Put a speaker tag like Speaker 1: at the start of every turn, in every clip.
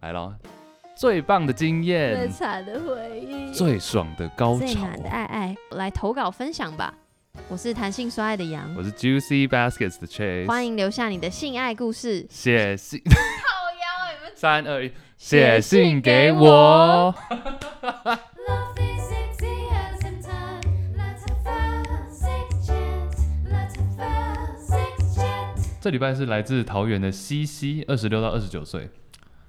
Speaker 1: 来咯，最棒的经
Speaker 2: 最
Speaker 1: 验，
Speaker 2: 惨的回忆，
Speaker 1: 最爽的高
Speaker 3: 最
Speaker 1: 潮
Speaker 3: 暖。的爱爱，来投稿分享吧。我是弹性说爱的羊，
Speaker 1: 我是 Juicy Baskets 的 Chase，
Speaker 3: 欢迎留下你的性爱故事。
Speaker 1: 写信
Speaker 2: 靠腰你们
Speaker 1: 三二一，写
Speaker 3: 写信
Speaker 1: 信
Speaker 3: 给
Speaker 1: 给
Speaker 3: 我
Speaker 1: 我。
Speaker 4: Love is easy as in time. Let's have a six chance. Let's have a six chance.
Speaker 1: 这礼拜是来自桃园的西西，二十六到二十九岁。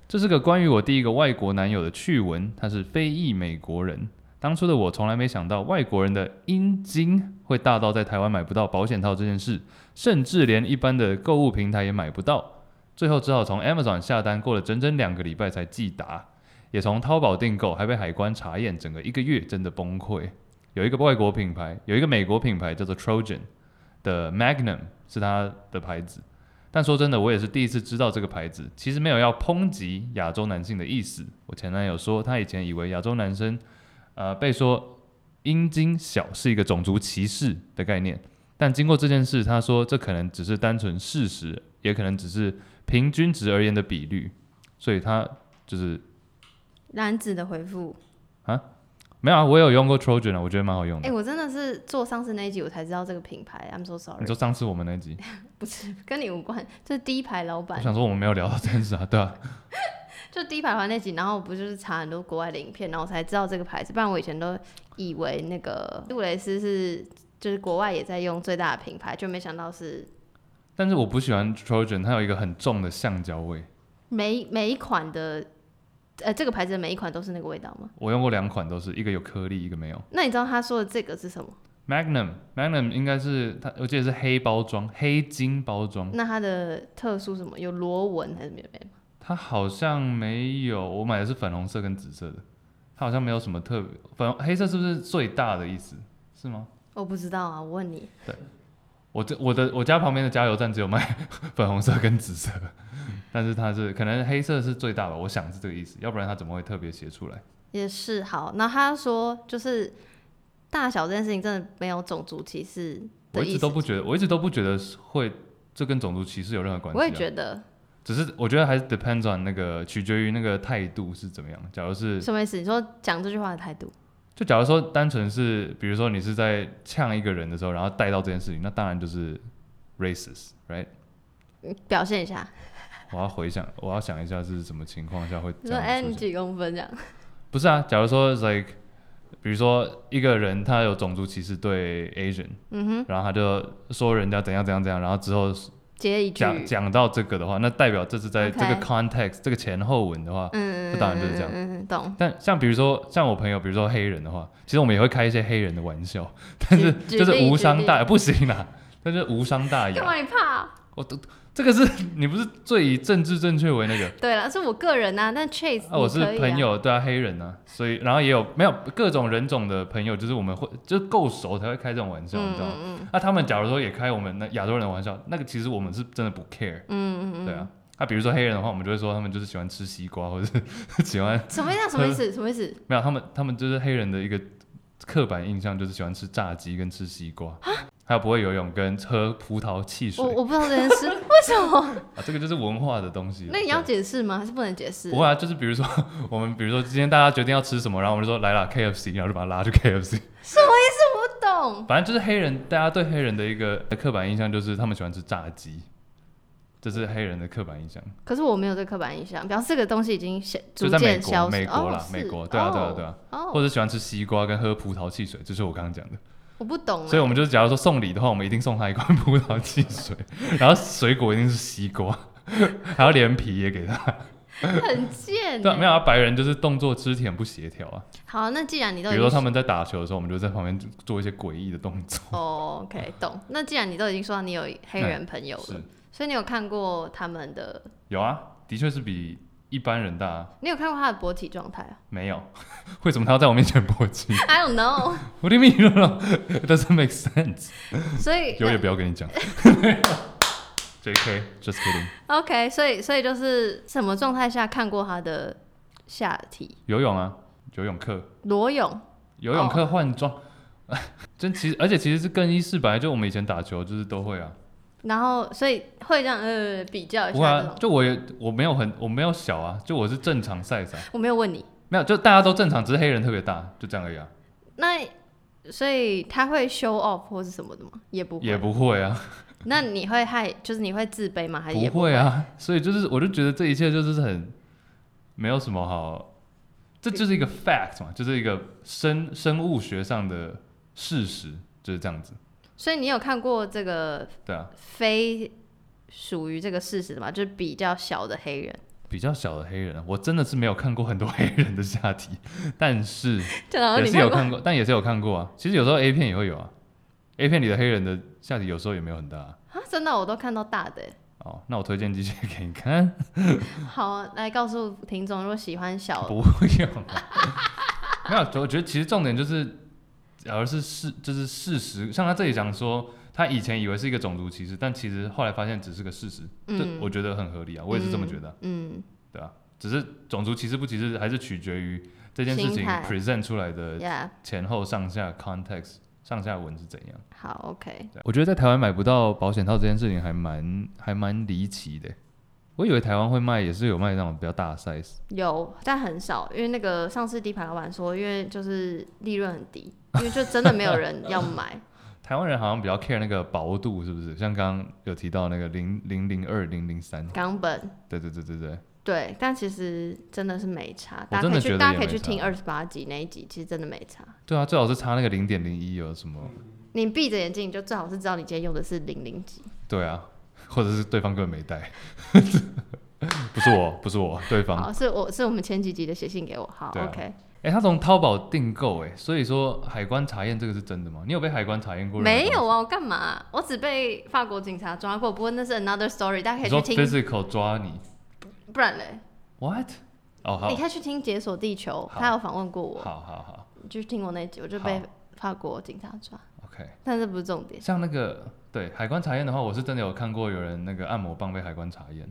Speaker 1: 这是个关于我第一个外国男友的趣闻，他是非裔美国人。当初的我从来没想到外国人的阴茎会大到在台湾买不到保险套这件事，甚至连一般的购物平台也买不到。最后只好从 Amazon 下单，过了整整两个礼拜才寄达，也从淘宝订购，还被海关查验，整个一个月真的崩溃。有一个外国品牌，有一个美国品牌叫做 Trojan 的 Magnum 是它的牌子，但说真的，我也是第一次知道这个牌子。其实没有要抨击亚洲男性的意思。我前男友说，他以前以为亚洲男生，呃，被说阴茎小是一个种族歧视的概念，但经过这件事，他说这可能只是单纯事实，也可能只是平均值而言的比率。所以他就是
Speaker 3: 男子的回复，
Speaker 1: 没有啊，我有用过 Trojan 啊，我觉得蛮好用
Speaker 3: 哎、
Speaker 1: 的。
Speaker 3: 我真的是做上次那一集我才知道这个品牌，I'm so
Speaker 1: 你
Speaker 3: sorry，
Speaker 1: 说上次我们那集，
Speaker 3: 不是 跟你无关，就是第一排老
Speaker 1: 嗯我
Speaker 3: 板，
Speaker 1: 想说我们没有聊到这件事啊，对啊，
Speaker 3: 就第一排环那集，然后我不就是查很多国外的影片，然后我才知道这个牌子，不然我以前都以为那个杜蕾斯是就是国外也在用最大的品牌，就没想到是
Speaker 1: 但是我不喜欢 Trojan，它有一个很重的橡胶味。
Speaker 3: 每每一款的，呃，这个牌子的每一款都是那个味道吗？
Speaker 1: 我用过两款，都是一个有颗粒，一个没有。
Speaker 3: 那你知道他说的这个是什么？
Speaker 1: Magnum Magnum 应该是它，我记得是黑包装，黑金包装。
Speaker 3: 那它的特殊什么？有螺纹还是没有？没有
Speaker 1: 它好像没有，我买的是粉红色跟紫色的，它好像没有什么特别。粉红黑色是不是最大的意思？是吗？
Speaker 3: 我不知道啊，我问你。
Speaker 1: 我这我的我家旁边的加油站只有卖 粉红色跟紫色，但是它是可能黑色是最大吧，我想是这个意思，要不然它怎么会特别写出来？
Speaker 3: 也是好，那他说就是大小这件事情真的没有种族歧视
Speaker 1: 我
Speaker 3: 的
Speaker 1: 一
Speaker 3: 意
Speaker 1: 直
Speaker 3: 思，
Speaker 1: 都不觉得，我一直都不觉得是会这跟种族歧视有任何关系、啊。
Speaker 3: 我也觉得
Speaker 1: 只是我觉得还是 depends on 那个取决于那个态度是怎么样。假如是
Speaker 3: 什么意思？你说讲这句话的态度，
Speaker 1: 就假如说单纯是，比如说你是在呛一个人的时候，然后带到这件事情，那当然就是 racist，right？
Speaker 3: 嗯表现一下，
Speaker 1: 我要回想，我要想一下是什么情况下会
Speaker 3: 你
Speaker 1: 这
Speaker 3: 说哎、
Speaker 1: 样
Speaker 3: 你
Speaker 1: 出现。
Speaker 3: 几公分这样，
Speaker 1: 不是啊，假如说 like，比如说一个人他有种族歧视对 Asian，
Speaker 3: 嗯哼，
Speaker 1: 然后他就说人家怎样怎样怎样，然后之后
Speaker 3: 接一句，
Speaker 1: 讲讲到这个的话，那代表这是在这
Speaker 3: 嗯 OK
Speaker 1: 个 context 这个前后文的话，
Speaker 3: 嗯，
Speaker 1: 这当然就是这样
Speaker 3: 嗯嗯嗯，懂。
Speaker 1: 但像比如说像我朋友，比如说黑人的话，其实我们也会开一些黑人的玩笑，但是
Speaker 3: 举
Speaker 1: 就是
Speaker 3: 例
Speaker 1: 无
Speaker 3: 举
Speaker 1: 伤
Speaker 3: 例
Speaker 1: 大不行啦，但是无伤大
Speaker 3: 干
Speaker 1: 雅。
Speaker 3: 嘛你怕？
Speaker 1: 我都这个是你不是最以政治正确为那个
Speaker 3: 对了，是我个人啊，但 Chase，、
Speaker 1: 啊？我是朋，友，对啊，黑人啊，所以然后也有没有各种人种的朋友，就是我们会就是够熟才会开这种玩笑，你
Speaker 3: 嗯
Speaker 1: 知道吗？啊
Speaker 3: 嗯
Speaker 1: 那、他们假如说也开我们那亚洲人的玩笑，那个其实我们是真的不 care，
Speaker 3: 嗯嗯嗯，
Speaker 1: 对啊。那、比如说黑人的话，我们就会说他们就是喜欢吃西瓜，或者是 喜欢
Speaker 3: 什么意思啊？什么 意思？什么意思？
Speaker 1: 没有，他们他们就是黑人的一个刻板印象，就是喜欢吃炸鸡跟吃西瓜，还有不会游泳跟喝葡萄汽水
Speaker 3: 我我不知道这件 事，为什么？
Speaker 1: 啊，这个就是文化的东西了。啊
Speaker 3: 那你要
Speaker 1: 对
Speaker 3: 解释吗？还是不能解释？
Speaker 1: 不会啊，就是比如说我们比如说今天大家决定要吃什么，然后我们就说来 啦 KFC，然后就把他拉去 KFC。
Speaker 3: 不懂，
Speaker 1: 反正就是黑人，大家对黑人的一个刻板印象就是他们喜欢吃炸鸡，这是黑人的刻板印象，
Speaker 3: 可是我没有这刻板印象，表示这个东西已经消逐
Speaker 1: 就在美
Speaker 3: 渐消
Speaker 1: 国
Speaker 3: 失。
Speaker 1: 美国啦
Speaker 3: 哦、，
Speaker 1: 美
Speaker 3: 是
Speaker 1: 国对啊对啊对啊，。
Speaker 3: 哦，
Speaker 1: 或
Speaker 3: 哦
Speaker 1: 者喜欢吃西瓜跟喝葡萄汽水，这是我刚刚讲的。
Speaker 3: 我不懂啊，
Speaker 1: 所以我们就是，假如说送礼的话，我们一定送他一罐葡萄汽水， 然后水果一定是西瓜， 还要连皮也给他。
Speaker 3: 很贱欸。
Speaker 1: 对啊，没有啊，白人就是动作肢体很不协调啊。
Speaker 3: 好，那既然你都
Speaker 1: 比
Speaker 3: 已
Speaker 1: 如
Speaker 3: 经
Speaker 1: 说他们在打球的时候，我们就在旁边做一些诡异的动作。
Speaker 3: 哦，OK，懂。那既然你都已经说你有黑人朋友了
Speaker 1: 是，，
Speaker 3: 所以你有看过他们的，
Speaker 1: 有啊，的确是比一般人大啊。
Speaker 3: 你有看过他的勃起状态啊
Speaker 1: 没有， 为什么他要在我面前勃起
Speaker 3: ？I don't know。
Speaker 1: 我的 t d o e s n t make sense。
Speaker 3: 所以
Speaker 1: 有也不要跟你讲。J.K.，just kidding。
Speaker 3: OK，所以所以就是什么状态下看过他的下体
Speaker 1: 游泳啊，游泳课。
Speaker 3: 裸泳？
Speaker 1: 游泳课 换装，真其实而且其实是更衣室本来就我们以前打球就是都会啊，
Speaker 3: 然后所以会让呃比较一
Speaker 1: 不会
Speaker 3: 下这
Speaker 1: 啊
Speaker 3: 种，。
Speaker 1: 就我也我没有很我没有小啊，就我是正常 size 啊，
Speaker 3: 我没有问你，
Speaker 1: 没有就大家都正常，只是黑人特别大，就这样而已啊，
Speaker 3: 那所以他会 show off 或是什么的吗？也不会。
Speaker 1: 也不会啊，
Speaker 3: 那你会害，就是你会自卑吗？还是也
Speaker 1: 不会？啊，所以就是我就觉得这一切就是很没有什么好，这就是一个 fact 嘛，就是一个生生物学上的事实，就是这样子，
Speaker 3: 所以你有看过这个
Speaker 1: 对啊，
Speaker 3: 非属于这个事实的吗？就是比较小的黑人，
Speaker 1: 比较小的黑人，啊我真的是没有看过很多黑人的下体，但是。
Speaker 3: 就然后
Speaker 1: 也
Speaker 3: 啊你
Speaker 1: 是有
Speaker 3: 过，
Speaker 1: 看过，但也是有看过啊。其实有时候 A 片也会有啊，A 片里的黑人的下体有时候也没有很大啊、
Speaker 3: 啊，真的我都看到大的欸。
Speaker 1: 哦，那我推荐这些给你看，
Speaker 3: 好啊，来告诉听众，如果喜欢小
Speaker 1: 不用啊。 没有，我觉得其实重点就是，而是事就是事实。像他这里讲说，他以前以为是一个种族歧视，但其实后来发现只是个事实。
Speaker 3: 嗯
Speaker 1: 这我觉得很合理啊，我也是这么觉得啊、
Speaker 3: 嗯，
Speaker 1: 对啊。只是种族歧视不歧视，还是取决于这件事
Speaker 3: 心
Speaker 1: 情
Speaker 3: 态
Speaker 1: present 出来的
Speaker 3: 嗯 yeah，
Speaker 1: 前后上下 context 上下文是怎样。
Speaker 3: 好，OK，
Speaker 1: 我觉得在台湾买不到保险套这件事情还蛮还蛮离奇的。我以为台湾会卖，也是有卖那种比较大的 size，
Speaker 3: 有，但很少，因为那个上次地盘老板说，因为就是利润很低，因为就真的没有 人要买，
Speaker 1: 台湾人好像比较 care 那个薄度，是不是？像刚刚有提到那个零零零二零零三，
Speaker 3: 冈本。
Speaker 1: 对对对对对，
Speaker 3: 对，但其实真的是没差，大
Speaker 1: 我
Speaker 3: 家
Speaker 1: 真
Speaker 3: 可
Speaker 1: 的
Speaker 3: 以
Speaker 1: 觉
Speaker 3: 去，
Speaker 1: 得
Speaker 3: 大家
Speaker 1: 也
Speaker 3: 可以
Speaker 1: 没
Speaker 3: 去听
Speaker 1: 差啊
Speaker 3: 二十八集那一集，其实真的没差。
Speaker 1: 对啊，最好是差那个零点零一有什么？
Speaker 3: 你闭着眼睛，你就最好是知道你今天用的是零零几。
Speaker 1: 对啊，或者是对方根本没带， 不是我，不是我，对方。
Speaker 3: 好，是我是我们前几集的写信给我。好、
Speaker 1: 对啊
Speaker 3: o k
Speaker 1: 哎、他从淘宝订购，哎，所以说海关查验这个是真的吗？你有被海关查验过？
Speaker 3: 没有？啊，我干嘛、我只被法国警察抓过，不过那是 another story，大家可
Speaker 1: 你
Speaker 3: 以去
Speaker 1: 说
Speaker 3: 听，
Speaker 1: physical 抓你
Speaker 3: 不然嘞，
Speaker 1: ？What？哦，好
Speaker 3: 你，可以去听《解锁地球》，
Speaker 1: 好
Speaker 3: 他有访问过我，
Speaker 1: 好好好
Speaker 3: 你就听我那集，我就被
Speaker 1: 好
Speaker 3: 法国警察抓，
Speaker 1: ，OK。
Speaker 3: 但这不是重点，
Speaker 1: 像那个对海关查验的话，我是真的有看过有人那个按摩棒被海关查验，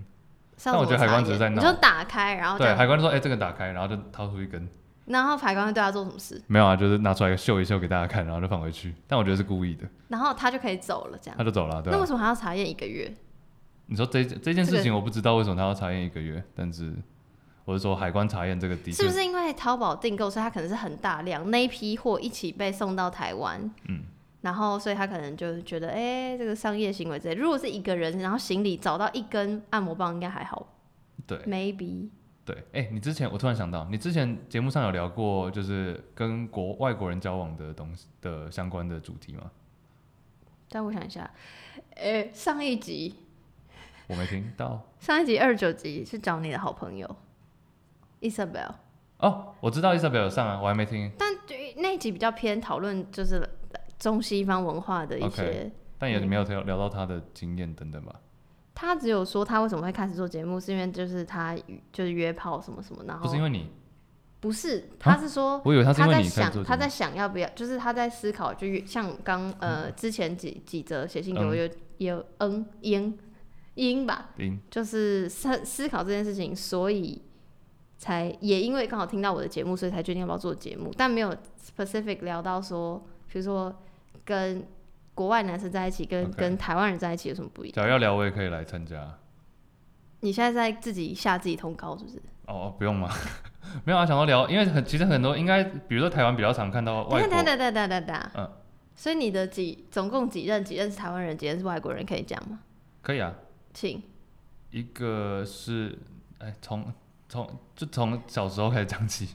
Speaker 3: 上
Speaker 1: 但我觉得海关只是在
Speaker 3: 你
Speaker 1: 闹
Speaker 3: 就打开，然后哦这
Speaker 1: 对
Speaker 3: 样
Speaker 1: 海关说哎、这个打开，然后就掏出一根，
Speaker 3: 然后海关会对他做什么事，
Speaker 1: 没有啊，就是拿出来秀一秀给大家看，然后就放回去。但我觉得是故意的，
Speaker 3: 然后他就可以走了，这样。
Speaker 1: 他就走啊了，对
Speaker 3: 那
Speaker 1: 吧、
Speaker 3: 为什么还要查验一个月？
Speaker 1: 你说这这件事情我不知道为什么他要查验一个月，但是我是说海关查验这个的确
Speaker 3: 是不是因为淘宝订购，所以它可能是很大量，那一批货一起被送到台湾，
Speaker 1: 嗯，
Speaker 3: 然后所以他可能就觉得，哎、这个商业行为之类。如果是一个人，然后行李找到一根按摩棒，应该还好
Speaker 1: 对
Speaker 3: ，maybe。
Speaker 1: 对。哎、你之前我突然想到，你之前节目上有聊过就是跟国外国人交往的东西的相关的主题吗？
Speaker 3: 但我想一下，哎、上一集
Speaker 1: 我没听到
Speaker 3: 上一集二九集是找你的好朋友 Isabel，
Speaker 1: 哦，我知道伊莎贝尔有上啊，我还没听，
Speaker 3: 但对那一集比较偏讨论就是中西方文化的一
Speaker 1: OK
Speaker 3: 些。
Speaker 1: 但也没有聊聊到他的经验等等吧。
Speaker 3: 他只有说他为什么会开始做节目，是因为就是他就是约炮什么什么，然后
Speaker 1: 不是因为你，
Speaker 3: 不是，
Speaker 1: 啊
Speaker 3: 他是说
Speaker 1: 我以为他是因
Speaker 3: 他
Speaker 1: 为
Speaker 3: 在
Speaker 1: 你开始做
Speaker 3: 想，
Speaker 1: 节
Speaker 3: 他
Speaker 1: 目
Speaker 3: 在想要不要，就是他在思考，就像刚呃之前几几则写信给我
Speaker 1: 嗯
Speaker 3: 有有嗯英英吧，
Speaker 1: 因
Speaker 3: 就是思思考这件事情，所以才也因为刚好听到我的节目，所以才决定要不要做节目，但没有 specific 聊到说，比如说跟国外男生在一起，跟
Speaker 1: OK
Speaker 3: 跟台湾人在一起有什么不一样？
Speaker 1: 假如要聊，我也可以来参加。
Speaker 3: 你现在在自己吓自己通告是不是？
Speaker 1: 哦，哦不用吗？ 没有啊，想要聊，因为很其实很多应该，比如说台湾比较常看到
Speaker 3: 等
Speaker 1: 外
Speaker 3: 下
Speaker 1: 国
Speaker 3: 等下等下等下，
Speaker 1: 嗯
Speaker 3: 嗯，所以你的几总共几任几任是台湾人，几任是外国人，可以讲吗？
Speaker 1: 可以啊，
Speaker 3: 请
Speaker 1: 一个是哎从从就从小时候开始讲起，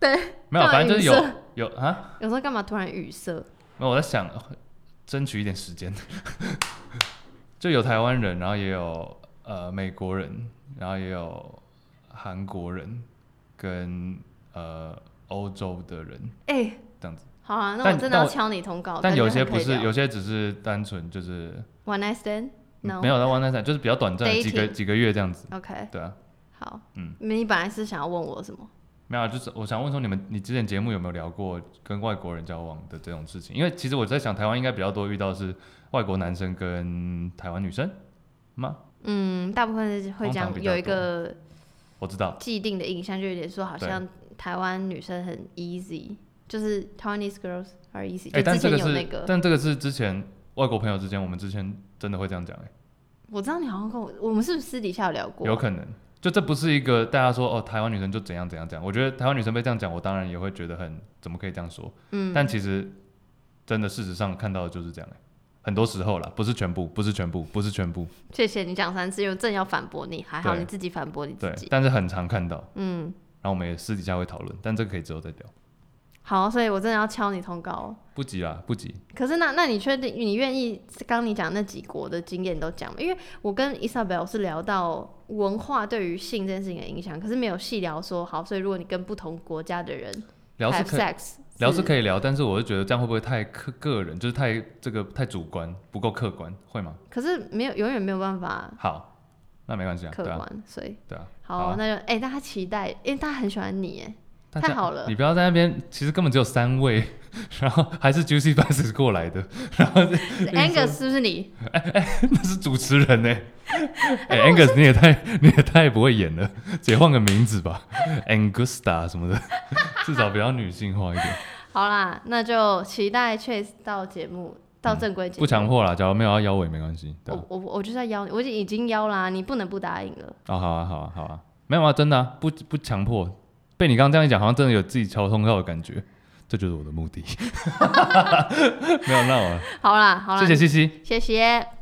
Speaker 3: 对，
Speaker 1: 没有，啊
Speaker 3: 干嘛
Speaker 1: 反正就是
Speaker 3: 语塞
Speaker 1: 有有啊，
Speaker 3: 有时候干嘛突然语塞？
Speaker 1: 没有我在想争取一点时间， 就有台湾人，然后也有呃美国人，然后也有韩国人跟呃欧洲的人
Speaker 3: 哎、
Speaker 1: 这样子。
Speaker 3: 好啊，那
Speaker 1: 但
Speaker 3: 我真的
Speaker 1: 但
Speaker 3: 要
Speaker 1: 我
Speaker 3: 哦敲你通告。
Speaker 1: 但
Speaker 3: 感觉
Speaker 1: 有些
Speaker 3: 很可
Speaker 1: 不
Speaker 3: 以
Speaker 1: 是，
Speaker 3: 聊
Speaker 1: 有些只是单纯就是
Speaker 3: one night stand
Speaker 1: 嗯
Speaker 3: no
Speaker 1: 没有到 one night stand，就是比较短暂的几个
Speaker 3: Dating
Speaker 1: 几个月这样子。
Speaker 3: OK
Speaker 1: 对啊，
Speaker 3: 好，
Speaker 1: 嗯
Speaker 3: 嗯，你本来是想要问我什么？
Speaker 1: 没有啊，就是我想问说你们，你之前节目有没有聊过跟外国人交往的这种事情？因为其实我在想，台湾应该比较多遇到是外国男生跟台湾女生吗？
Speaker 3: 嗯，大部分是会
Speaker 1: 通
Speaker 3: 这
Speaker 1: 常
Speaker 3: 样
Speaker 1: 比较
Speaker 3: 有一个
Speaker 1: 我知道，
Speaker 3: 既定的印象，就有点说好
Speaker 1: 对
Speaker 3: 像台湾女生很 easy，就是 Taiwanese girls are easy，、
Speaker 1: 哎、
Speaker 3: 就
Speaker 1: 但
Speaker 3: 之
Speaker 1: 这个
Speaker 3: 前有
Speaker 1: 是，
Speaker 3: 那个
Speaker 1: 但这个是之前外国朋友之间，我们之前真的会这样讲、欸，
Speaker 3: 我知道你好像跟我，我们是不是私底下有聊过？
Speaker 1: 有可能。就这不是一个大家说哦，台湾女生就怎样怎样怎样。我觉得台湾女生被这样讲，我当然也会觉得很怎么可以这样说。
Speaker 3: 嗯，
Speaker 1: 但其实真的事实上看到的就是这样、欸，很多时候啦，不是全部，不是全部，不是全部，
Speaker 3: 谢谢你讲三次，因为我正要反驳你，还好
Speaker 1: 对
Speaker 3: 你自己反驳你自
Speaker 1: 对，
Speaker 3: 己。
Speaker 1: 但是很常看到。
Speaker 3: 嗯，
Speaker 1: 然后我们也私底下会讨论，但这个可以之后再聊，
Speaker 3: 好，所以我真的要敲你通告哦。
Speaker 1: 不急啦，不急。
Speaker 3: 可是那那你确定你愿意刚你讲那几国的经验都讲吗？因为我跟 Isabel 是聊到文化对于性这件事情的影响，可是没有细聊说好。所以如果你跟不同国家的人
Speaker 1: 聊是
Speaker 3: have
Speaker 1: 可以，
Speaker 3: sex，
Speaker 1: 聊是
Speaker 3: 以，
Speaker 1: 可以聊，但是我是觉得这样会不会太客个人，就是太这个太主观，不够客观，会吗？
Speaker 3: 可是没有永远没有办法
Speaker 1: 好，那没关系啊，
Speaker 3: 啊客
Speaker 1: 对
Speaker 3: 观，
Speaker 1: 啊，
Speaker 3: 所以
Speaker 1: 对啊。
Speaker 3: 好，
Speaker 1: 啊
Speaker 3: 那就哎、大家期待，因为大家很喜欢你哎。
Speaker 1: 大家
Speaker 3: 太好了
Speaker 1: 你不要在那边，其实根本只有三位， 然后还是 Juicy b u s s 过来的， 然后是
Speaker 3: 是 Angus 是不是你？
Speaker 1: 那是主持人 呢、哎、a n g u s 你也太你也太不会演了，姐换个名字 吧，Angusta 什么的， 至少比较女性化一 点。
Speaker 3: 好啦，那就期待 Chase 到节目，到正规节目、
Speaker 1: 不强迫啦，假如没有要邀我也没关系，对啊
Speaker 3: 我我我就是要邀你，我已经已经邀啦、你不能不答应了。
Speaker 1: 哦，好啊，好啊，好啊，没有啊，真的、啊、不不强迫。被你刚刚这样一讲，好像真的有自己敲通告的感觉，这 就是我的目的。没有闹啊，
Speaker 3: 好啦，好啦，
Speaker 1: 谢谢西西。
Speaker 3: 谢谢。